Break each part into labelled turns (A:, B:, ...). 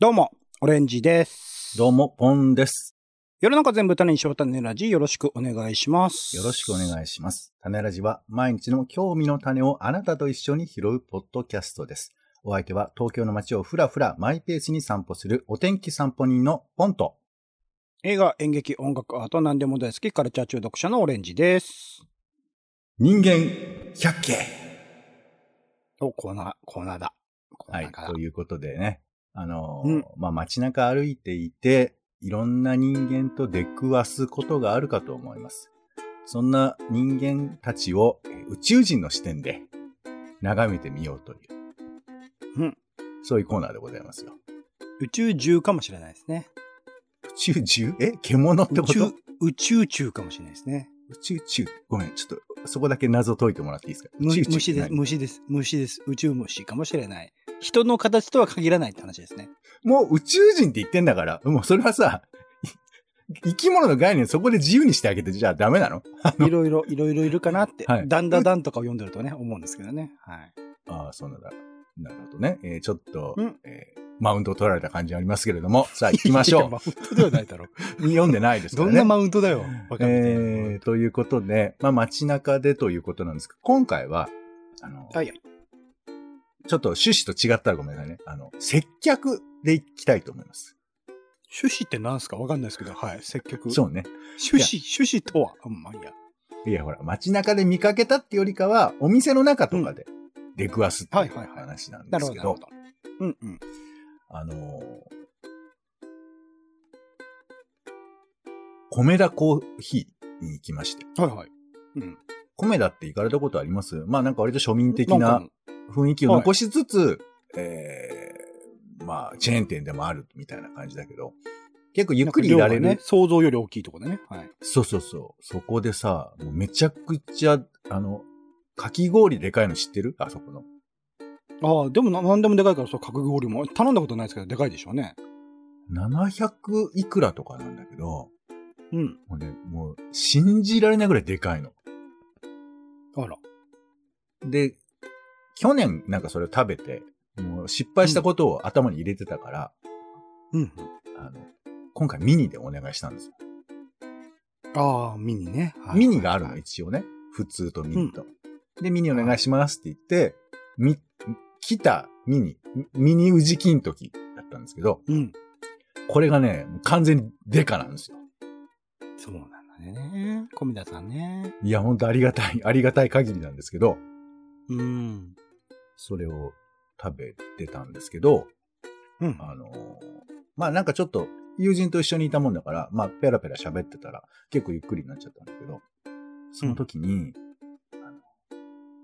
A: どうも、オレンジです。
B: どうも、ポンです。
A: 世の中全部種にしよう種ラジ、よろしくお願いします。
B: よろしくお
A: い。
B: 願いします。種ラジは毎日の興味の種をあなたと一緒に拾うポッドキャストです。お相手は東京の街をふらふらマイペースに散歩するお天気散歩人のポンと。
A: 映画、演劇、音楽、アート、何でも大好き、カルチャー中毒者のオレンジです。
B: 人間百景
A: お、コーナー、コーナーだ。コー
B: は
A: ナ
B: い
A: ーか。ら。
B: ということでね。あのー
A: うん
B: まあ、街中歩いていて、いろんな人間と出くわすことがあるかと思います。そんな人間たちをえー宇宙人の視点で眺めてみようという。
A: うん
B: そういうコーナーでございますよ。
A: 宇宙中かもしれないですね。
B: 宇宙中え獣って
A: 宇
B: こと
A: 宙、宇宙中かもしれないですね。
B: 宇宙中ごめん、ちょっとそこだけ謎解いてもらっていいですか
A: む
B: 宇宙中
A: 虫です、
B: 何
A: 虫です、虫です。宇宙虫かもしれない。人の形とは限らないって話ですね。
B: もう宇宙人って言ってんだから、もうそれはさ、い生き物の概念そこで自由にしてあげて、じゃあダメなの
A: いろいろ、いろいろいるかなって、
B: はい
A: ダンダダンとかを読んでるとね、思うんですけどね。はい。
B: ああ、そうなんだ。なるほどね。えーちょっと、
A: うん
B: えーマウントを取られた感じありますけれども、 さあ行きましょ
A: いやマウントではないだろう。
B: う。読んでないですか
A: ど
B: ら
A: んな
B: ね。
A: マウントだよ。バカみたいな
B: えー、ということで、まあ街中でということなんですけど、今回は、あの、
A: はいはい。
B: ちょっと趣旨と違ったらごめんなさいね。あの、接客でいきたいと思います。
A: 趣旨って何すかわかんないですけど、はい。接客。
B: そうね。
A: 趣旨、趣旨とは、うん、まあいいや。
B: いや、ほら、街中で見かけたってよりかは、お店の中とかで出くわすってい
A: はいうはいはい
B: 話なん
A: な
B: で
A: る
B: す
A: ほど、
B: け
A: なる
B: ど
A: ほ、ど。うんうん。
B: あのー、米田コーヒーに行きまして。
A: はいはい。うん。
B: 米田って行かれたことありますまあなんか割と庶民的なん
A: か
B: 雰囲気を残しつつ、えー、まあチェーン店でもあるみたいな感じだけど、結構ゆっくりいられる。
A: なんか量がね。想像より大きいとこだね。はい。
B: そうそうそう。そこでさ、もうめちゃくちゃ、あの、かき氷でかいの知ってるあそこの。
A: ああ、でもな何でもでかいから、そう、かき氷も。頼んだことないですけど、でかいでしょうね。
B: 700いくらとかなんだけど、
A: うん。
B: もうね、もう信じられないぐらいでかいの。
A: あら。
B: で、去年なんかそれを食べて、もう失敗したことを頭に入れてたから、
A: うん。
B: あの、今回ミニでお願いしたんですよ。
A: ああ、ミニね。はい
B: ミニがある
A: は
B: の、
A: い
B: 一応ね。普通とミニと。で、ミニお願いしますって言って、み、来たミニ、ミニウジキントキだったんですけど、
A: うん。
B: これがね、もう完全にデカなんですよ。
A: そうなんだね。小田さんね。
B: いや、ほんとありがたい、ありがたい限りなんですけど、
A: うん。
B: それを食べてたんですけど、
A: うん。
B: あのーまあなんかちょっと友人と一緒にいたもんだから、まあペラペラ喋ってたら結構ゆっくりになっちゃったんだけど、その時に、あの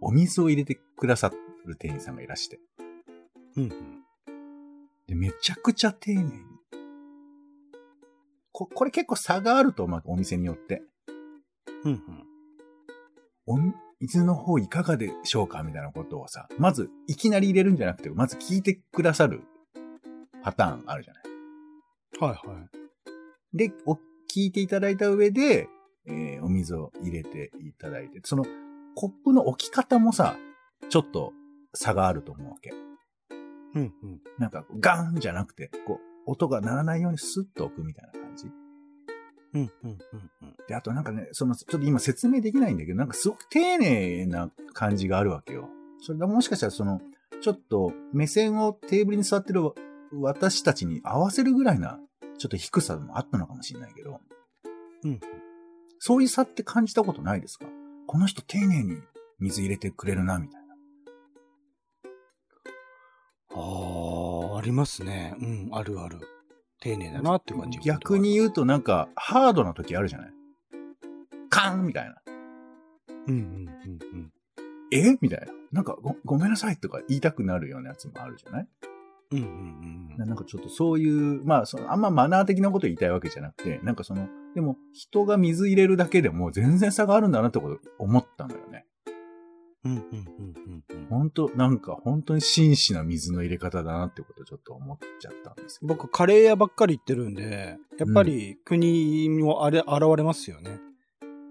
B: お水を入れてくださる店員さんがいらして、
A: うん。
B: で、めちゃくちゃ丁寧に。こ、これ結構差があると思う、お店によって。
A: うん。うん。
B: お水の方いかがでしょうかみたいなことをさ、まずいきなり入れるんじゃなくて、まず聞いてくださるパターンあるじゃない。
A: はいはい。
B: で、お聞いていただいた上で、えーお水を入れていただいて、そのコップの置き方もさ、ちょっと差があると思うわけ。
A: うん。うん。
B: なんかガンじゃなくて、こう、音が鳴らないようにスッと置くみたいな感じ。
A: うん。うん。うん。うん。
B: で、あとなんかね、その、ちょっと今説明できないんだけど、なんかすごく丁寧な感じがあるわけよ。それがもしかしたらその、ちょっと目線をテーブルに座ってる私たちに合わせるぐらいな、ちょっと低さもあったのかもしれないけど、
A: うん。
B: そういう差って感じたことないですかこの人丁寧に水入れてくれるな、みたいな。
A: ああ、ありますね。うん、あるある。丁寧だなっていう感じ。
B: 逆に。言うとなんか、ハードな時あるじゃないカーンみたいな。
A: うんうんうんうん。
B: えみたいな。なんかご、ごめんなさいとか言いたくなるようなやつもあるじゃない
A: うんうん
B: ななんかちょっとそういう、まあ、その、あんまマナー的なこと言いたいわけじゃなくて、なんかその、でも、人が水入れるだけでも全然差があるんだなってこと思ったのよね。
A: うん。うんうんうんうんうん。
B: 本当なんか本当に真摯な水の入れ方だなってことをちょっと思っちゃったんですけど。
A: 僕、カレー屋ばっかり行ってるんで、やっぱり国もあれ、現れますよね。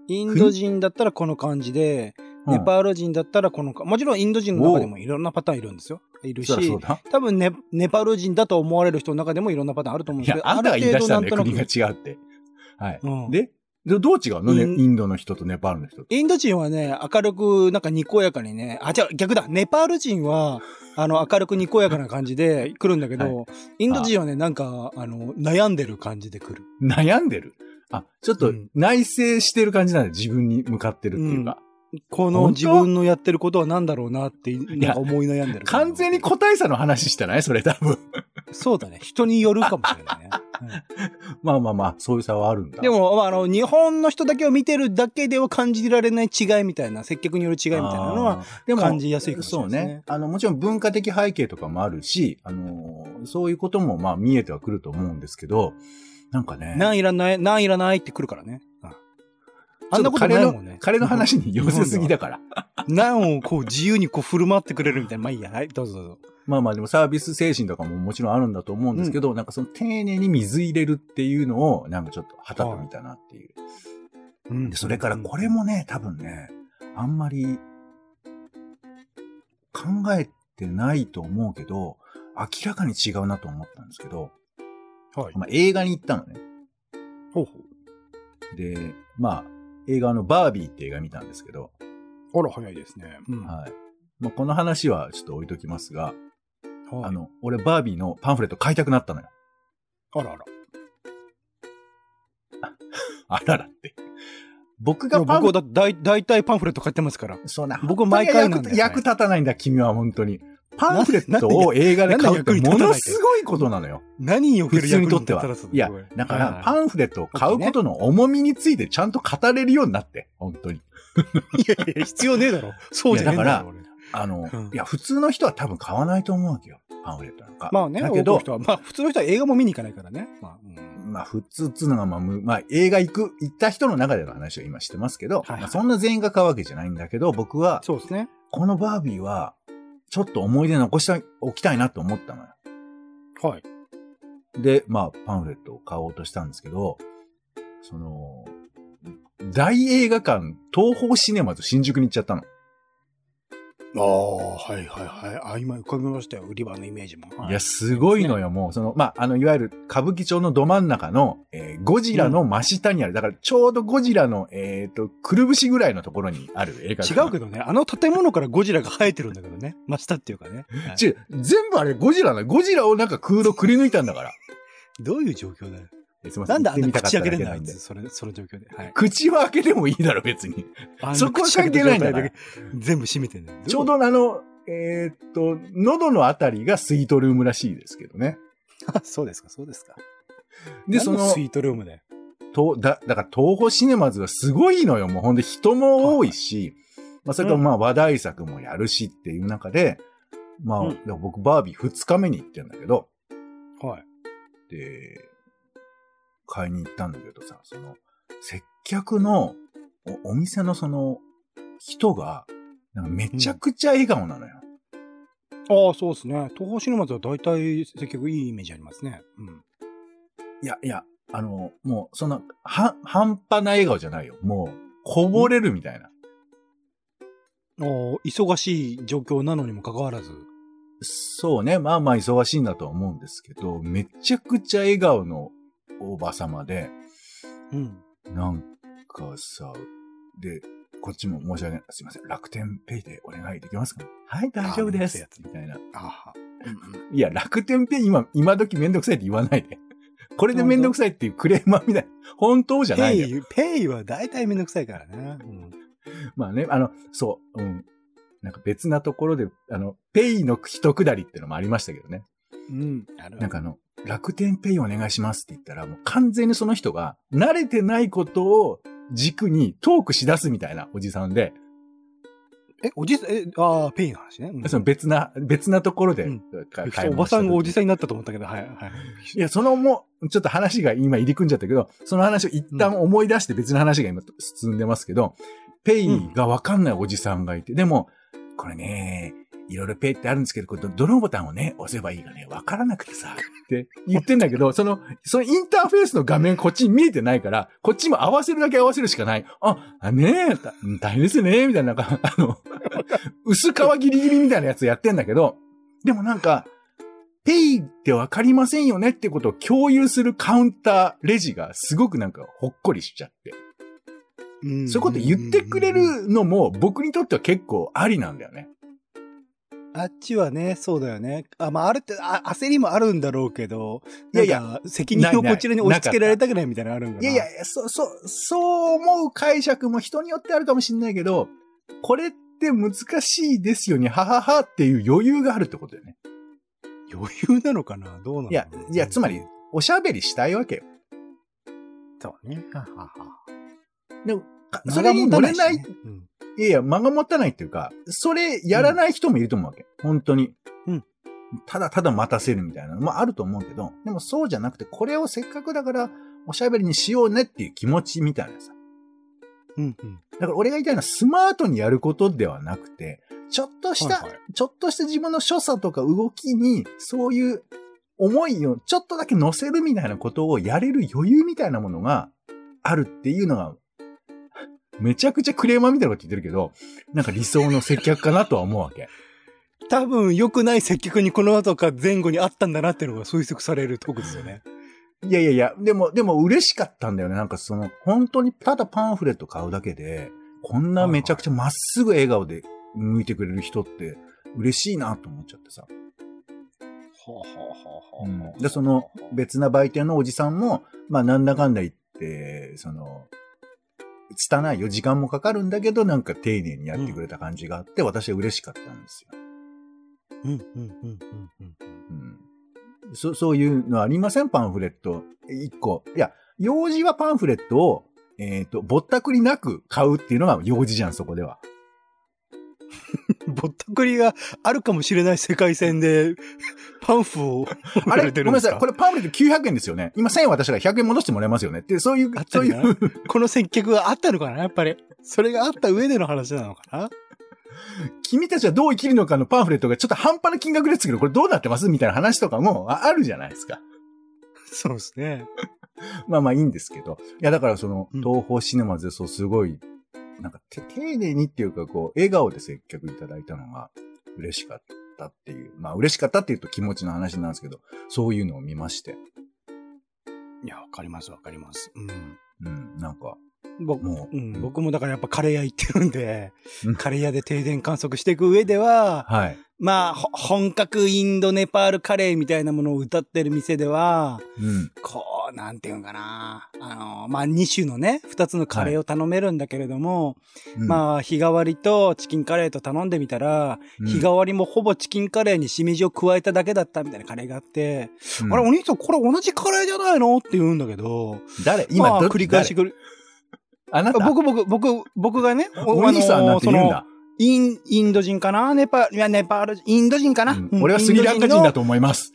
A: インド人だったらこの感じで、
B: うん
A: ネパール人だったらこのか、もちろんインド人の中でもいろんなパターンいるんですよ。いる
B: そりゃ
A: し
B: そう、だ。
A: 多分ネネパール人だと思われる人の中でもいろんなパターンあると思うん
B: い
A: です
B: や
A: け、ど、
B: あんたが言い出したんだよ、
A: ある
B: 国
A: 程
B: が
A: 度なんとなく
B: 違うって。はい。
A: うん
B: で、どどう違うのね
A: イン
B: インドの人とネパールの人って。
A: インド人はね、明るく、なんかにこやかにね、あ、違う、逆だ、ネパール人は、あの、明るくにこやかな感じで来るんだけど、インド人はね、なんか、あの、悩んでる感じで来る。
B: 悩んでる。あ、ちょっ
A: う
B: と
A: ん
B: 内省してる感じなんだよ、自分に向かってるっていうか。
A: この
B: 本当
A: 自分のやってることは何だろうなって、なんか思い悩んでる。
B: 完全に個体差の話してないそれ多分。
A: そうだね。人によるかもしれ ないね。う
B: まあまあまあ、そういう差はあるんだ。
A: んで、も、まあ、あの、日本の人だけを見てるだけでは感じられない違いみたいな、接客による違いみたいなのは、
B: あー、でも
A: 感じやすいかもしれないですね
B: そうね。あの、もちろん文化的背景とかもあるし、あのーそういうこともまあ見えてはくると思うんですけど、なんかね。
A: なんいらない、なんいらないって来るからね。うんあんなこと
B: ちょっ
A: ない
B: 彼の
A: もんね。
B: 彼の話に寄せすぎだから。
A: ナンをこう自由にこう振る舞ってくれるみたいな。まあいいや。はい、どうぞどうぞ。
B: まあまあでもサービス精神とかももちろんあるんだと思うんですけど、なんかその丁寧に水入れるっていうのを、なんかちょっと旗と見たなっていう。
A: うん
B: で、それからこれ。もね、多分ね、あんまり考えてないと思うけど、明らかに違うなと思ったんですけど、
A: はい。
B: まあ、映画に行ったのね。
A: ほうほ
B: で、まあ、映画のバービーって映画見たんですけど、
A: う。あら、早いですね。うん。
B: はい。まあ、この話はちょっと置いときますが、
A: はい
B: あの、俺バービーのパンフレット買いたくなったのよ。
A: あらあら。
B: あららって。僕
A: いや
B: がパン
A: 僕
B: フレ
A: は
B: ッ
A: だ、だい、だいたいパンフレット買ってますから。
B: ト、そうな
A: 僕毎回なんだよ
B: 役役立たないんだ、君は本当に。パンフレットを映画で買うって
A: なんで役に立た
B: も
A: ない
B: の
A: って
B: すごいことなのよ。
A: 何におけ
B: 普
A: る
B: 通
A: 役
B: にとっ
A: 立
B: て
A: た
B: は
A: らず。
B: いや、だから、
A: ン、
B: パンフレットを買うことの重みについてちゃんと語れるようになって、本当に。
A: いやいや、必要ねえだろ。そうじゃねえんだろ。俺
B: あの
A: うん、
B: いや、普通の人は多分買わないと思うわけよ。パンフレットなんか。
A: まあね、
B: だ
A: 多
B: け
A: くの
B: ど、
A: 人は、まあ普通の人は映画も見に行かないからね。まあ、うん
B: まあ、普通っつうのが、まあ、むまあ、映画行く、行った人の中での話を今してますけど、
A: はいはい
B: まあそんな全員が買うわけじゃないんだけど、僕は、
A: そうですね。
B: このバービーは、ちょっと思い出残しておきたいなと思ったのよ。
A: はい。
B: で、まあ、パンフレットを買おうとしたんですけど、その、大映画館、東宝シネマズ新宿に行っちゃったの。
A: ああ、はいはいはい。あ、今浮かびましたよ。売り場のイメージも。はい
B: や、すごいのよ、もう。その、まあ、あの、いわゆる歌舞伎町のど真ん中の、えーゴジラの真下にある、だからちょうどゴジラの、えっ、と、くるぶしぐらいのところにある映画館。
A: 違うけどね、あの建物からゴジラが生えてるんだけどね。真下っていうかね。はい
B: 違う全部あれゴジラなのゴジラをなんか空洞くり抜いたんだから。
A: どういう状況だよ。
B: えすいませ
A: なんであん
B: 言
A: な
B: ってみたかっ
A: 口
B: た
A: 開けてんだあ
B: だ
A: い
B: け
A: つ。それ、その状況で。はい。
B: 口は開けてもいいだろ、別 に。そこは関係ないんだから
A: あの口開けた状態で全部閉めてんだよ。
B: ちょうどあの、えーっと、喉のあたりがスイートルームらしいですけどね。
A: あそうですか、そうですか。
B: で、
A: 何
B: その、
A: スイートルームで。
B: とだ、だから東宝シネマズはすごいのよ。もうほんで人も多いし、まあそれともまあ話題作もやるしっていう中で、まあ、
A: うん
B: だから僕バービー2日目に行ってんだけど、
A: はい。
B: で、買いに行ったんだけどさ、その、接客のおお店のその人が、なんかめちゃくちゃ笑顔なのよ。
A: ああ、そうですね。東宝シネマズは大体、接客いいイメージありますね。うん。
B: いや、いや、あの、もう、そんな、は、半端な笑顔じゃないよ。もう、こぼれるみたいな。
A: お忙しい状況なのにもかかわらず。
B: そうね。まあまあ忙しいんだとは思うんですけど、めちゃくちゃ笑顔のおばさまで、
A: うん。
B: なんかさ、で、こっちも申し訳ない。すいません。楽天ペイでお願いできますかはい、大丈夫
A: あめん
B: で
A: どくさいや
B: す。
A: つ
B: みたいな。
A: ああ。うんうん
B: いや、楽天ペイ今、今時めんどくさいって言わないで。これでめんどくさいっていうクレーマーみたいな。本当じゃな
A: ペ
B: いよ。
A: イ、ペイは大体めんどくさいからね。うん
B: まあね、あの、そう、うん。なんか別なところで、あの、ペイの一くだりってのもありましたけどね。
A: うん。ある
B: なんかあの、楽天ペイお願いしますって言ったら、もう完全にその人が慣れてないことを軸にトークしだすみたいなおじさんで、
A: え、おじさん、え、ああ、ペイの話ね。うん
B: その別な、別なところで、
A: うん
B: か
A: おばさんがおじ
B: ん。
A: さんになったと思ったけど、はい、はい。
B: いや、そのもう、ちょっと話が今入り組んじゃったけど、その話を一旦思い出して別の話が今進んでますけど、ペイがわかんないおじさんがいて、でも、これね、いろいろペイってあるんですけど、これどどのボタンをね、押せばいいかね、わからなくてさ、って言ってんだけど、その、そのインターフェースの画面こっちに見えてないから、こっちも合わせるだけ合わせるしかない。あ、あねえ、た大変ですね、みたいな、なんか、あの、薄皮ギリギリみたいなやつやってんだけど、でもなんか、ペイってわかりませんよねってことを共有するカウンター、レジがすごくなんかほっこりしちゃって。
A: うん
B: そういうこと言ってくれるのも僕にとっては結構ありなんだよね。
A: あっちはね、そうだよね。あ、まあ、あるって、あ焦りもあるんだろうけど、
B: いやいや
A: なんか、責任をこちらに押し付けられたくないみたいなのあるんか
B: い
A: な。
B: やいや、そう、そう、そう思う解釈も人によってあるかもしれないけど、これって難しいですよね、はははっていう余裕があるってことだよね。
A: 余裕なのかなどうなの
B: いや、いや、つまり、おしゃべりしたいわけよ。
A: そうね。
B: でも、かそれに乗れない、い
A: しねうん
B: やいや、間が持たないっていうか、それやらない人もいると思うわけ。本当に。
A: うん
B: ただただ待たせるみたいなのもあると思うけど、でもそうじゃなくて、これをせっかくだから、おしゃべりにしようねっていう気持ちみたいなさ。
A: うんうん。
B: だから俺が言いたいのはスマートにやることではなくて、ちょっとした、
A: はいはい
B: ちょっとした自分の所作とか動きに、そういう思いをちょっとだけ乗せるみたいなことをやれる余裕みたいなものがあるっていうのが、めちゃくちゃクレーマーみたいなこと言ってるけど、なんか理想の接客かなとは思うわけ。
A: 多分良くない接客にこの後か前後にあったんだなっていうのが推測されるとこですよね。
B: いやいやいや、でも、でも嬉しかったんだよね。なんかその、本当にただパンフレット買うだけで、こんなめちゃくちゃまっすぐ笑顔で向いてくれる人って嬉しいなと思っちゃってさ。で、その別な売店のおじさんも、まあなんだかんだ言って、その、拙いよ、時間もかかるんだけど、なんか丁寧にやってくれた感じがあって、私は嬉しかったんですよ。
A: うんうんうんうんうん。
B: うん。そ、そういうのありませんパンフレット。一個。いや、用事はパンフレットを、えっ、と、ぼったくりなく買うっていうのが用事じゃん、そこでは。、
A: ぼったくりがあるかもしれない世界線で、パンフを
B: あれごめんなさい。これパンフレット900円ですよね。今1000円私が100円戻してもらえますよね。って、そういう
A: あっ、た
B: そう
A: り
B: い
A: な
B: う、
A: この接客があったのかなやっぱり。それがあった上での話なのかな
B: 君たちはどう生きるのかのパンフレットがちょっと半端な金額ですけど、これどうなってますみたいな話とかもああるじゃないですか。
A: そうですね。
B: まあまあいいんですけど。いや、だからその、
A: うん
B: 東方シネマズでそうすごい、なんかて丁寧にっていうか、こう、笑顔で接客いただいたのが嬉しかったっていう。まあ嬉しかったっていうと気持ちの話なんですけど、そういうのを見まして。
A: いや、わかりますわかります。うん。
B: うん、なんか、
A: 僕
B: もう。
A: うん、僕もだからやっぱカレー屋行ってるんで
B: うん、
A: カレー屋で停電観測していく上では、
B: はい。
A: まあ、ほ本格インドネパールカレーみたいなものを歌ってる店では、
B: うん。
A: こう、なんていうんかな。あの、まあ、2種のね、2つのカレーを頼めるんだけれども、
B: うん
A: まあ、日替わりとチキンカレーと頼んでみたら、日替わりもほぼチキンカレーにしめじを加えただけだったみたいなカレーがあって、
B: うん
A: あれ、お兄さん、これ同じカレーじゃないのって言うんだけど、
B: 誰今、
A: まあ、
B: ど
A: 繰り返し
B: 誰
A: くる。
B: あなた
A: 僕、僕、僕、僕がね、
B: お兄さんなんて言うん
A: あのその
B: だ。
A: イン、インド人かなネパール、いや、ネパール人、インド人かな、
B: うん俺はスリランカ人だと思います。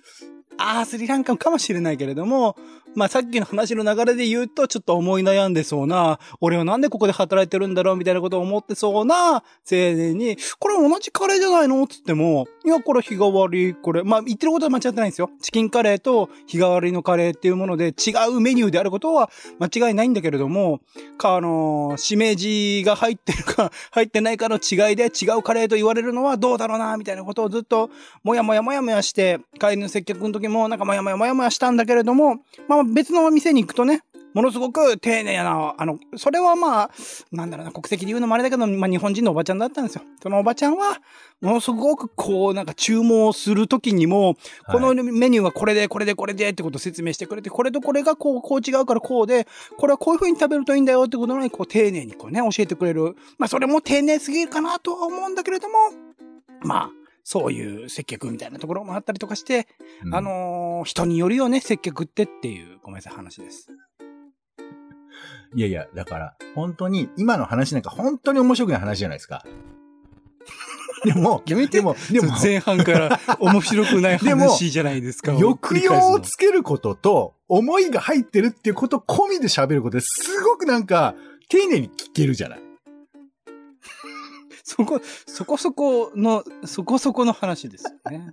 A: ああ、スリランカかもしれないけれども、まあさっきの話の流れで言うと、ちょっと思い悩んでそうな、俺はなんでここで働いてるんだろうみたいなことを思ってそうな青年に、これ同じカレーじゃないのって言っても、いや、これ日替わり、これ、まあ言ってることは間違ってないんですよ。チキンカレーと日替わりのカレーっていうもので違うメニューであることは間違いないんだけれども、か、あのーしめじが入ってるか、入ってないかの違いで違うカレーと言われるのはどうだろうな、みたいなことをずっともやもやもやもやして、帰りの接客の時も、なんかもやもやもやもやしたんだけれども、まあ別のお店に行くとね、ものすごく丁寧な、あの、それはまあ、なんだろうな、国籍で言うのもあれだけど、まあ日本人のおばちゃんだったんですよ。そのおばちゃんは、ものすごくこう、なんか注文する時にも、この
B: はい
A: メニューはこれで、これで、これでってことを説明してくれて、これとこれがこう、こう違うからこうで、これはこういう風に食べるといいんだよってことのに、こう丁寧にこうね、教えてくれる。まあそれも丁寧すぎるかなとは思うんだけれども、まあ、そういう接客みたいなところもあったりとかして、
B: うん
A: あのー人によるよね、接客ってっていう、ごめんなさい、話です。
B: いやいや、だから、本当に、今の話なんか本当に面白くない話じゃないですか。 でも、
A: やめて
B: でも、でも、
A: 前半から面白くない
B: でも
A: 話じゃないですか。
B: 抑揚を
A: つ
B: つけることと、思いが入ってるっていうこと込みで喋ることですごくなんか、丁寧に聞けるじゃない。
A: そこ、そこそこの、そこそこの話ですよ ね。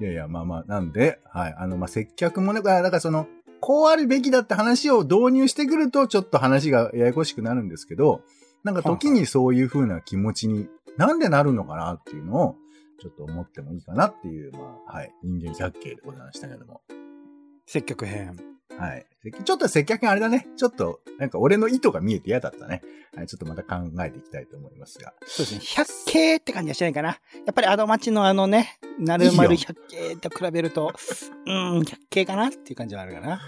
B: いやいや、まあまあ、なんで、はい。あの、まあ、接客もね、あだからその、こうあるべきだって話を導入してくると、ちょっと話がややこしくなるんですけど、なんか時にそういう風な気持ちになんでなるのかなっていうのを、ちょっと思ってもいいかなっていう、まあ、はい。人間百景でございましたけども。
A: 接客編。
B: はい。せちょっと接客あれだね。ちょっと、なんか俺の意図が見えて嫌だったね。はい。ちょっとまた考えていきたいと思いますが。
A: そうですね。百景って感じはしないかな。やっぱりアドマチのあのね、なるま
B: い
A: る
B: いよ
A: 百景と比べると、うーん、百景かなっていう感じはあるかな。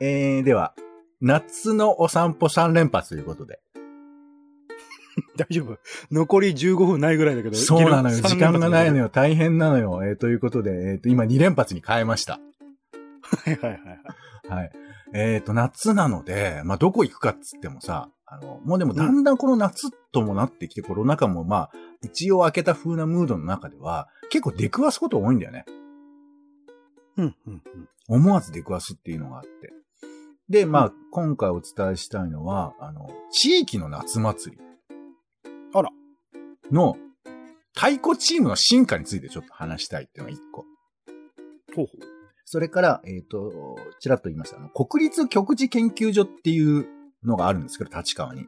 B: えー、では、夏のお散歩3連発ということで。
A: 大丈夫。残り15分ないぐらいだけど。
B: そうなのよ。
A: いける
B: 時間がない
A: 三連
B: の。
A: 発
B: よ。大変なのよ。えーということで、えーと、今2連発に変えました。
A: はいはいはいはい。
B: はい。えっ、と、夏なので、まあ、どこ行くかっつってもさ、あの、もうでもだんだんこの夏ともなってきて、コロナ禍もまあ、一応明けた風なムードの中では、結構出くわすこと多いんだよね。
A: うんうんうん。
B: 思わず出くわすっていうのがあって。で、まあ、今回お伝えしたいのは、あの、地域の夏祭り。
A: あら。
B: の、太鼓チームの進化についてちょっと話したいっていうのが一個。
A: ほうほ
B: それから、えっ、と、ちらっと言いました。あの、国立局地研究所っていうのがあるんですけど、立川に。
A: う。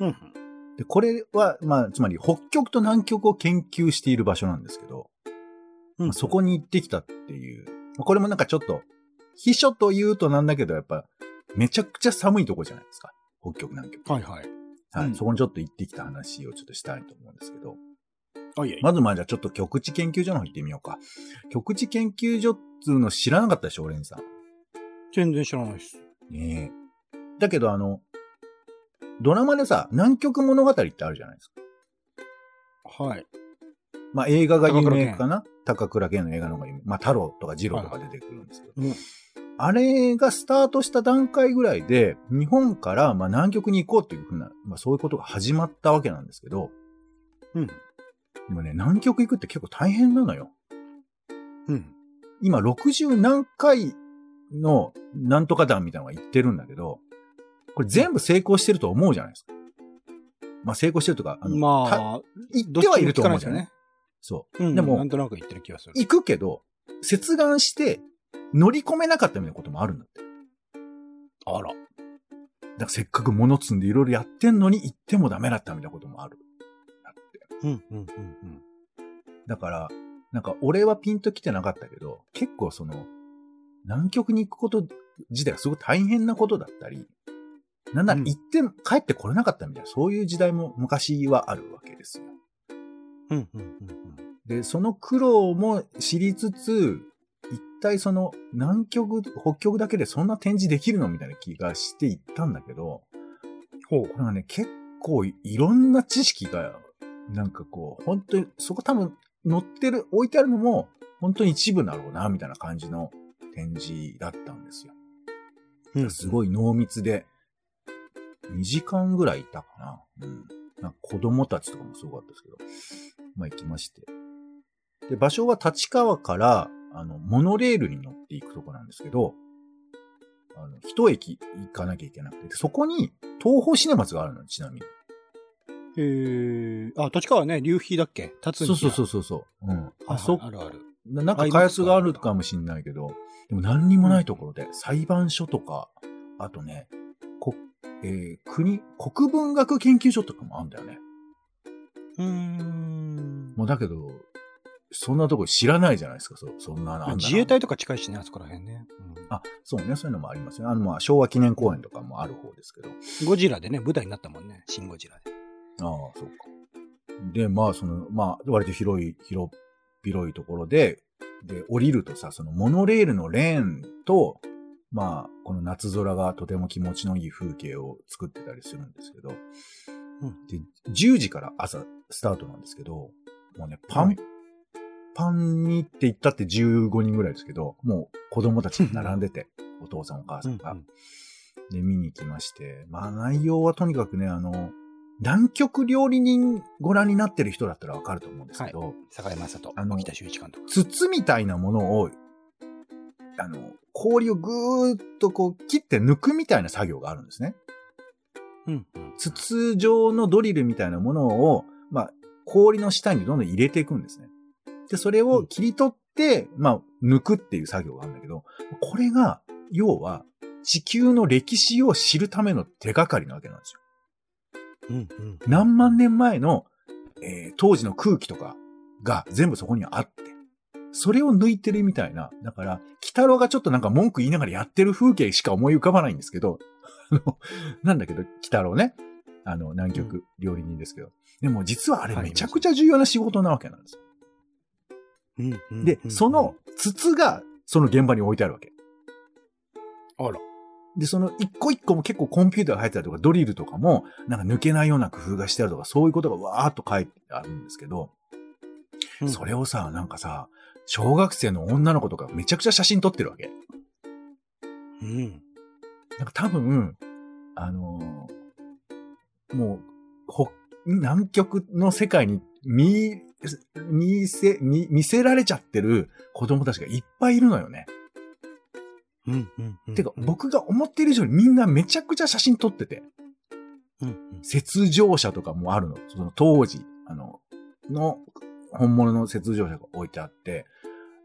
A: うんうん。
B: で、これは、まあ、つまり北極と南極を研究している場所なんですけど、
A: うん
B: まあそこに行ってきたっていう。まあこれもなんかちょっと、秘書と言うとなんだけど、やっぱ、めちゃくちゃ寒いとこじゃないですか。北極、南極。
A: はいはい。
B: はい。
A: うん
B: そこにちょっと行ってきた話をちょっとしたいと思うんですけど。
A: あ、いえいえ。
B: まずまあじゃあちょっと極地研究所の方行ってみようか。極地研究所っつうの知らなかったでしょ、オレンジさん。
A: 全然知らないです。
B: ねえ。だけどあの、ドラマでさ、南極物語ってあるじゃないですか。
A: はい。
B: まあ映画が有
A: 高倉
B: 名
A: 健
B: かな高倉健の映画の方が有名。まあ太郎とか二郎とか出てくるんですけど。
A: はいうん
B: あれがスタートした段階ぐらいで、日本からまあ南極に行こうっていうふうな、まあそういうことが始まったわけなんですけど、
A: うん。
B: でもね、南極行くって結構大変なのよ。
A: うん。
B: 今60何回のなんとか団みたいなのが行ってるんだけど、これ全部成功してると思うじゃないですか。まあ成功してるとか、あのた
A: まあ、
B: 行
A: ど
B: っ
A: っち
B: て
A: も
B: はいると思う
A: つ
B: じゃ
A: か
B: な
A: ないいです
B: で
A: す
B: か
A: よね。
B: そう。
A: うん。
B: で
A: で
B: も
A: も、なんとなく言ってる気がする。
B: 行くけど、接岸して乗り込めなかったみたいなこともあるんだって。
A: あら。
B: だからせっかく物積んでいろいろやってんのに行ってもダメだったみたいなこともある。だって。
A: うんうんうん
B: だから、なんか俺はピンと来てなかったけど、結構その、南極に行くこと自体がすごい大変なことだったり、なんなら
A: うん
B: 行って帰ってこれなかったみたいな、そういう時代も昔はあるわけですよ。
A: うん。うんうんうん
B: で、その苦労も知りつつ、一体その南極、北極だけでそんな展示できるのみたいな気がしていったんだけど、
A: ほう
B: これはね、結構いろんな知識が、なんかこう、本当に、そこ多分載ってる、置いてあるのも、本当に一部だろうな、みたいな感じの展示だったんですよ。
A: うん。うん。
B: す
A: い。
B: ごい濃密で、2時間ぐらいいたかな。うん。なんか子供たちとかもすごかったですけど、まあ行きまして。で、場所は立川から、あの、モノレールに乗っていくとこなんですけど、あの、一駅行かなきゃいけなくて、でそこに東宝シネマズがあるのよ、ちなみに。
A: えー、あ、立川ね、流飛だっけ立つ。
B: そうそうそううそうそう。うん。
A: あ、
B: あ
A: そ。
B: そう
A: あるある。
B: なな
A: あ
B: んか
A: り
B: 開
A: ます
B: 発があるかもしんないけど、でも何にもないところで、裁判所とか、あとね、こ、えー国、国文学研究所とかもあるんだよね。
A: うーん。
B: もうだけど、そんなとこ知らないじゃないですか、そ、そんなのあんなの
A: 自衛隊とか近いしね、あそこら辺ね。うん
B: あ、そうね、そういうのもありますね。あの、まあ、昭和記念公園とかもある方ですけど。
A: ゴジラでね、舞台になったもんね。シンゴジラで。
B: ああ、そうか。で、まあ、その、まあ、割と広い、広、広いところで、で、降りるとさ、そのモノレールのレーンと、まあ、この夏空がとても気持ちのいい風景を作ってたりするんですけど、
A: ん
B: で、10時から朝スタートなんですけど、もうね、パン、
A: はい
B: パンにって言ったって15人ぐらいですけど、もう子供たちが並ん でて、お父さんお母さんが。
A: うんうん
B: で、見に行きまして、まあ内容はとにかくね、あの、南極料理人ご覧になってる人だったらわかると思うんですけど、
A: 坂井雅人、
B: あの
A: 沖田修一監督。
B: 筒みたいなものを、あの、氷をぐーっとこう切って抜くみたいな作業があるんですね。
A: うん。
B: 筒状のドリルみたいなものを、まあ、氷の下にどんどん入れていくんですね。で、それを切り取って、まあ、抜くっていう作業があるんだけど、これが、要は、地球の歴史を知るための手がかりなわけなんですよ。
A: うん。うん。
B: 何万年前の、えー当時の空気とかが全部そこにはあって、それを抜いてるみたいな。だから、鬼太郎がちょっとなんか文句言いながらやってる風景しか思い浮かばないんですけど、あの、なんだけど、鬼太郎ね。あの、南極料理人ですけど。でも実はあれ
A: はい
B: めちゃくちゃ重要な仕事なわけなんですよ。
A: うんうん。
B: で
A: う、ん
B: その、筒がその現場に置いてあるわけ。
A: あら。
B: で、その一個一個も結構コンピューターが入ってたりとか、ドリルとかも、なんか抜けないような工夫がしてあるとか、そういうことがわーっと書いてあるんですけど、それ
A: を。
B: をさ、なんかさ、小学生の女の子とかめちゃくちゃ写真撮ってるわけ。
A: うん。
B: なんか多分、あのーもう、ほ、南極の世界に見、見せ、見、見せられちゃってる子供たちがいっぱいいるのよね。
A: うん。うん。うん
B: てか、。僕が思ってる以上にみんなめちゃくちゃ写真撮ってて、
A: うん。うん
B: 雪上車とかもあるの。その当時、あの、の、本物の雪上車が置いてあって、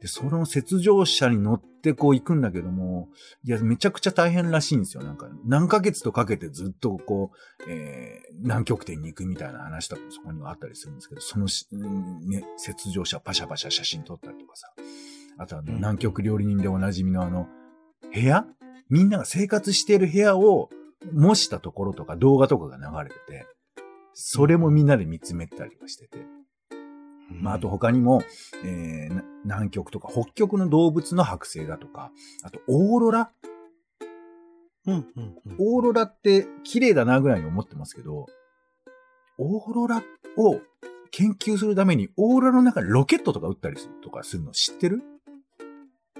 B: で、その雪上車に乗ってこう行くんだけども、いや、めちゃくちゃ大変らしいんですよ。なんか、何ヶ月とかけてずっとこう、えー、南極点に行くみたいな話とかもそこにはあったりするんですけど、そのし、うんね、雪上車パシャパシャ写真撮ったりとかさ。あとあの、
A: うん
B: 南極料理人でおなじみのあの、部屋みんなが生活している部屋を模したところとか動画とかが流れてて、それもみんなで見つめたりもしてて。まあ、あと、他にも、えーな南極とか北極の動物の剥製だとか、あとオーロラ
A: うん。うん。うん
B: オーロラって綺麗だなぐらいに思ってますけど、オーロラを研究するためにオーロラの中にロケットとか撃ったりするとかするの知ってる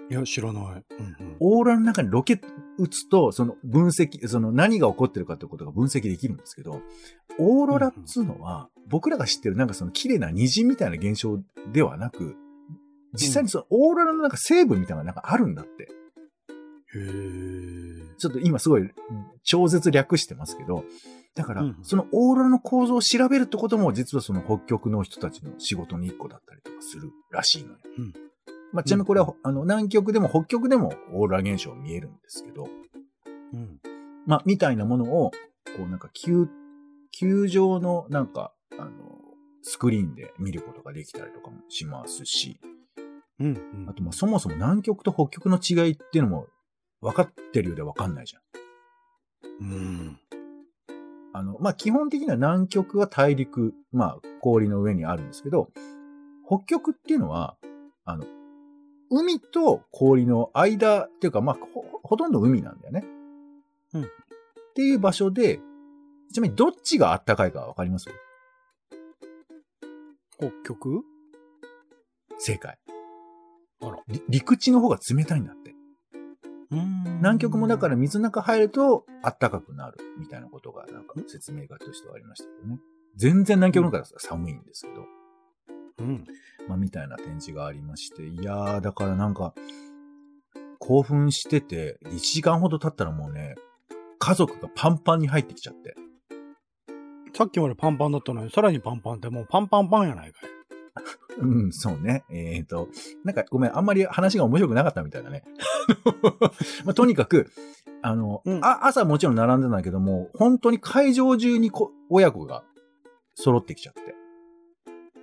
A: いや、知らない。うん。うん。
B: オーロラの中にロケット打つと、その分析、その何が起こってるかってことが分析できるんですけど、オーロラっつうのは、僕らが知ってるなんかその綺麗な虹みたいな現象ではなく、実際にそのオーロラの中成分みたいなのがなんかあるんだって。
A: へー
B: ちょっと今すごい超絶略してますけど、だから
A: うん、
B: そのオーロラの構造を調べるってことも、実はその北極の人たちの仕事に一個だったりとかするらしいのよ。
A: うん
B: まあ、ちなみにこれは、あの、南極でも北極でもオーロラ現象見えるんですけど、
A: うん。
B: まあ、みたいなものを、こうなんか球、球場のなんか、あの、スクリーンで見ることができたりとかもしますし、
A: うん。うん
B: あとまあそもそも南極と北極の違いっていうのも分かってるようで分かんないじゃ
A: う
B: ん。
A: ん。
B: あの、まあ、基本的には南極は大陸、まあ、氷の上にあるんですけど、北極っていうのは、あの、海と氷の間っていうか、まあ、ほ、ほとんど海なんだよね。
A: うん
B: っていう場所で、ちなみにどっちが暖かいかわかります
A: 北極
B: 正解。
A: あら
B: り陸地の方が冷たいんだって。
A: うん
B: 南極もだから水の中入ると暖かくなるみたいなことが、なんか説明がとしてはありましたけどね。全然南極の方が寒いんですけど。
A: うん。
B: まあ、みたいな展示がありまして、いやー、だからなんか、興奮してて、1時間ほど経ったらもうね、家族がパンパンに入ってきちゃって。
A: さっきまでパンパンだったのに、さらにパンパンってもうパンパンパンやないかい。
B: うん、そうね。えっ、と、なんかごめん、あんまり話が面白くなかったみたいだね。 まあ、とにかく、あの、
A: うん
B: あ朝もちろん並んでたんだけども、本当に会場中にこ親子が揃ってきちゃって。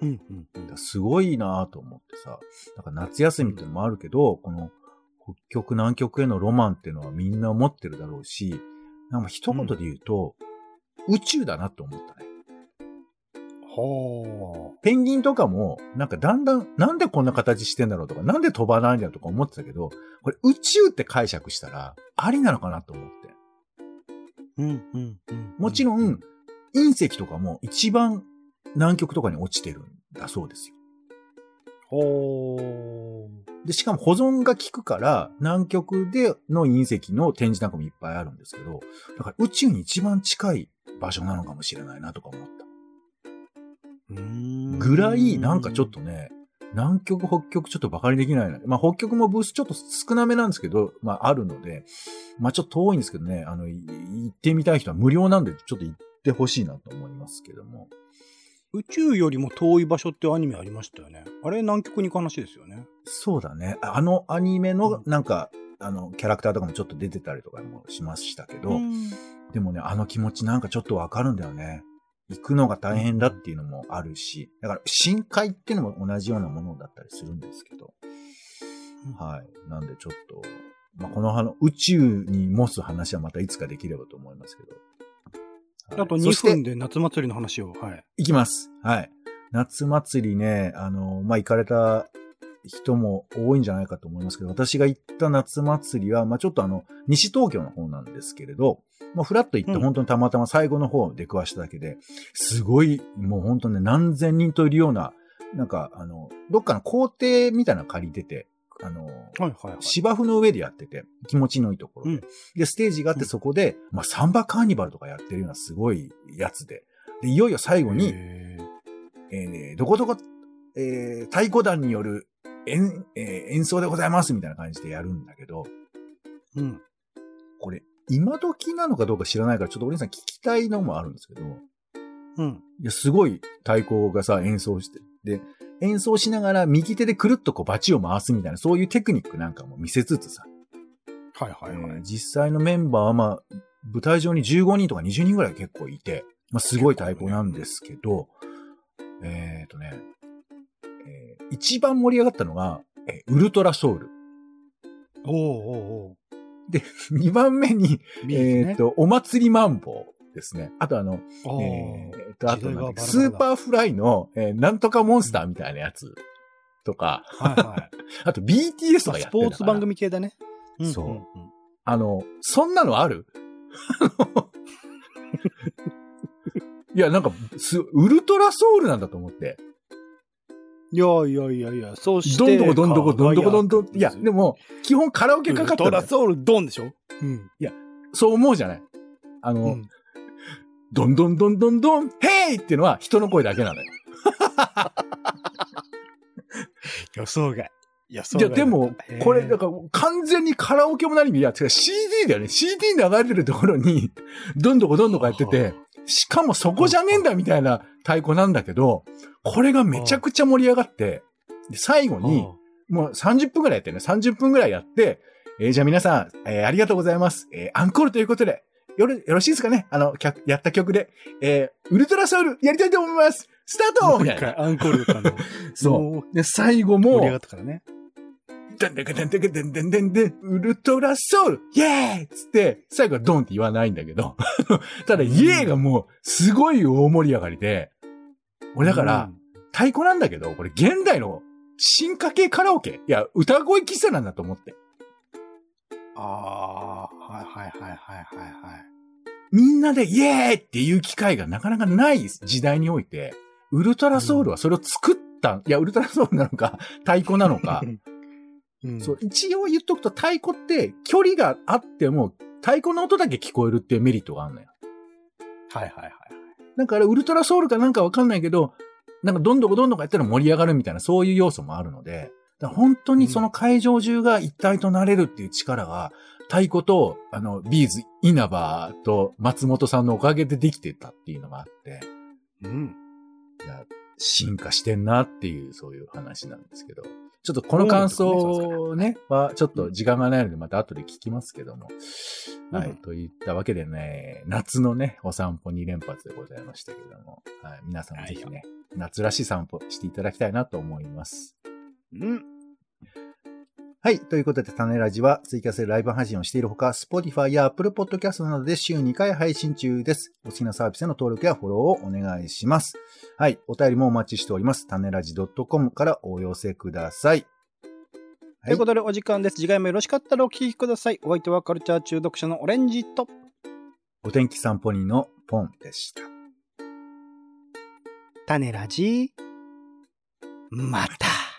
A: うん。うん。う
B: だか
A: ん
B: らすごいなぁと思ってさ、だから夏休みってのもあるけど、この北極南極へのロマンっていうのはみんな思ってるだろうし、なんか一言で言うと、宇宙だなと思ったね。
A: は
B: ペンギンとかも、なんかだんだん、なんでこんな形してんだろうとか、なんで飛ばないんだとか思ってたけど、これ宇宙って解釈したら、ありなのかなと思って。
A: あ。うん。うん。うん。
B: もちろ、
A: うん
B: 隕石とかも一番南極とかに落ちてるんだそうですよ。
A: ほー。
B: で、しかも保存が効くから、南極での隕石の展示なんかもいっぱいあるんですけど、だから宇宙に一番近い場所なのかもしれないなとか思った。ぐらい、なんかちょっとね、南極、北極ちょっとバカにできないな。まあ北極もブースちょっと少なめなんですけど、まああるので、まあちょっと遠いんですけどね、あの、い行ってみたい人は無料なんで、ちょっと行ってほしいなと思いますけども。
A: 宇宙よりも遠い場所ってアニメありましたよね。あれ南極に行く話ですよね。
B: そうだね。あのアニメ
A: うん
B: の、なんか、あの、キャラクターとかもちょっと出てたりとかもしましたけど、でもね、あの気持ちなんかちょっとわかるんだよね。行くのが大変だっていうのもあるし、だから深海っていうのも同じようなものだったりするんですけど、はい。なんでちょっと、まあ、このあの宇宙に模す話はまたいつかできればと思いますけど。はい
A: あと
B: そ
A: 2
B: して
A: 分で夏祭りの話を。はい。
B: 行きます。はい。夏祭りね、あの、まあ、行かれた人も多いんじゃないかと思いますけど、私が行った夏祭りは、まあ、ちょっとあの、西東京の方なんですけれど、まあ、フラッと行って
A: うん
B: 本当にたまたま最後の方出くわしただけで、すごい、もう本当ね、何千人といるような、なんか、あの、どっかの校庭みたいなの借りてて、あの、
A: はいはいはい。
B: 芝生の上でやってて、気持ちのいいところで。
A: うん
B: で、ステージがあっ
A: うん
B: てそこで、まあ、サンバカーニバルとかやってるようなすごいやつで、で、いよいよ最後に、
A: へー
B: えーどこどこ、えー太鼓団による演,、えー演奏でございますみたいな感じでやるんだけど、
A: うん。
B: これ、今時なのかどうか知らないから、ちょっとお姉さん聞きたいのもあるんですけど、
A: うん。
B: いや、すごい太鼓がさ、演奏して、で、演奏しながら右手でくるっとこうバチを回すみたいな、そういうテクニックなんかも見せつつさ、
A: はいはいは
B: えー
A: い。
B: 実際のメンバーは、まあ、舞台上に15人とか20人ぐらい結構いて、まあ、すごい太鼓なんですけど、えっ、とね、えー一番盛り上がったのが、えーウルトラソウル。
A: おーお
B: 二番目に、
A: ーおー。え
B: えっ、と、お祭りマンボウですね。あとあの、
A: あー
B: えーと、あとなんだっけ
A: 時
B: ス
A: 代がバラバラだ
B: ーパーフライの、えーなんとかモンスターみたいなやつとか、
A: はいはい。
B: あと BTS と
A: まあ
B: かや
A: ス
B: って
A: ポ
B: る。
A: ーツ番。組系だね。ん
B: そうん
A: ん
B: あの、そんなのある いや、なんか、す、ウルトラソウルなんだと思って。
A: いやいやいやいや、そうし
B: ど
A: て。
B: んどこどんどこどんどこどんどん。いや、で
A: も、
B: も、基本カラオケかか
A: ウル
B: った
A: ト
B: んだ
A: ラ
B: よ
A: ソウルドンでしょうん。
B: そう思うじゃない。あ
A: う
B: の、
A: ん
B: どんどんどんどんどん、ヘイっていうのは人の声だけなのよ。
A: 予想外。予想
B: いや、
A: 外。
B: でも、これ、だ
A: か
B: から、完全にカラオケも何も、いや、違う CD だよね。CD 流れてるところに、 どんどこどんどこやってて、しかもそこじゃねえんだみたいな太鼓なんだけど、これがめちゃくちゃ盛り上がって、で最後に、もう30分ぐらいやってね、30分ぐらいやって、えーじゃあ皆さん、えーありがとうございます。えーアンコールということで、よろ、よろしいですかねあの、客やった曲で、えーウルトラソウルやりたいと思いますスター
A: も
B: ト
A: う
B: みた
A: 一
B: いな。
A: 回アンコールだったの。
B: そう。
A: もう。
B: で、最後も
A: 盛り上、がったからね。
B: でんでんでんでんでんでんでんでん、ウルトラソウルイエーイつって、最後はドンって言わないんだけど、ただイエーイがもう、すごい大盛り上がりで、俺だから、太鼓なんだけど、これ現代の進化系カラオケいや、歌声喫茶なんだと思って。
A: うん、ああ、はいはいはいはいはいはい。
B: みんなでイエーイっていう機会がなかなかない時代において、ウルトラソウルはそれを作った、いや、ウルトラソウルなのか、太鼓なのか、
A: うん、
B: そう、一応言っとくと太鼓って距離があっても太鼓の音だけ聞こえるっていうメリットがあるのよ。
A: はいはいはい。
B: だからウルトラソウルかなんかわかんないけど、なんかどんどこどんどこやったら盛り上がるみたいなそういう要素もあるので、だから本当にその会場中が一体となれるっていう力が、太鼓と、あの、ビーズ、稲葉と松本さんのおかげでできてたっていうのがあって、
A: うん。
B: いや進化してんなっていう、そういう話なんですけど。ちょっとこの感想ね、は、ちょっと時間がないので、また後で聞きますけども。
A: うん
B: はい。といったわけでね、夏のね、お散歩2連発でございましたけども、はい、皆さんもぜひね、夏らしい散歩していただきたいなと思います。
A: うん。
B: はい。ということで、種ラジはツイキャスでライブ配信をしているほか、Spotify や Apple Podcast などで週2回配信中です。お好きなサービスへの登録やフォローをお願いします。はい。お便りもお待ちしております。種ラジ .com からお寄せください。
A: ということでお時間です。次回もよろしかったらお聞きください。お相手はカルチャー中毒者のオレンジと。
B: お天気散歩にのポンでした。
A: 種ラジ。また。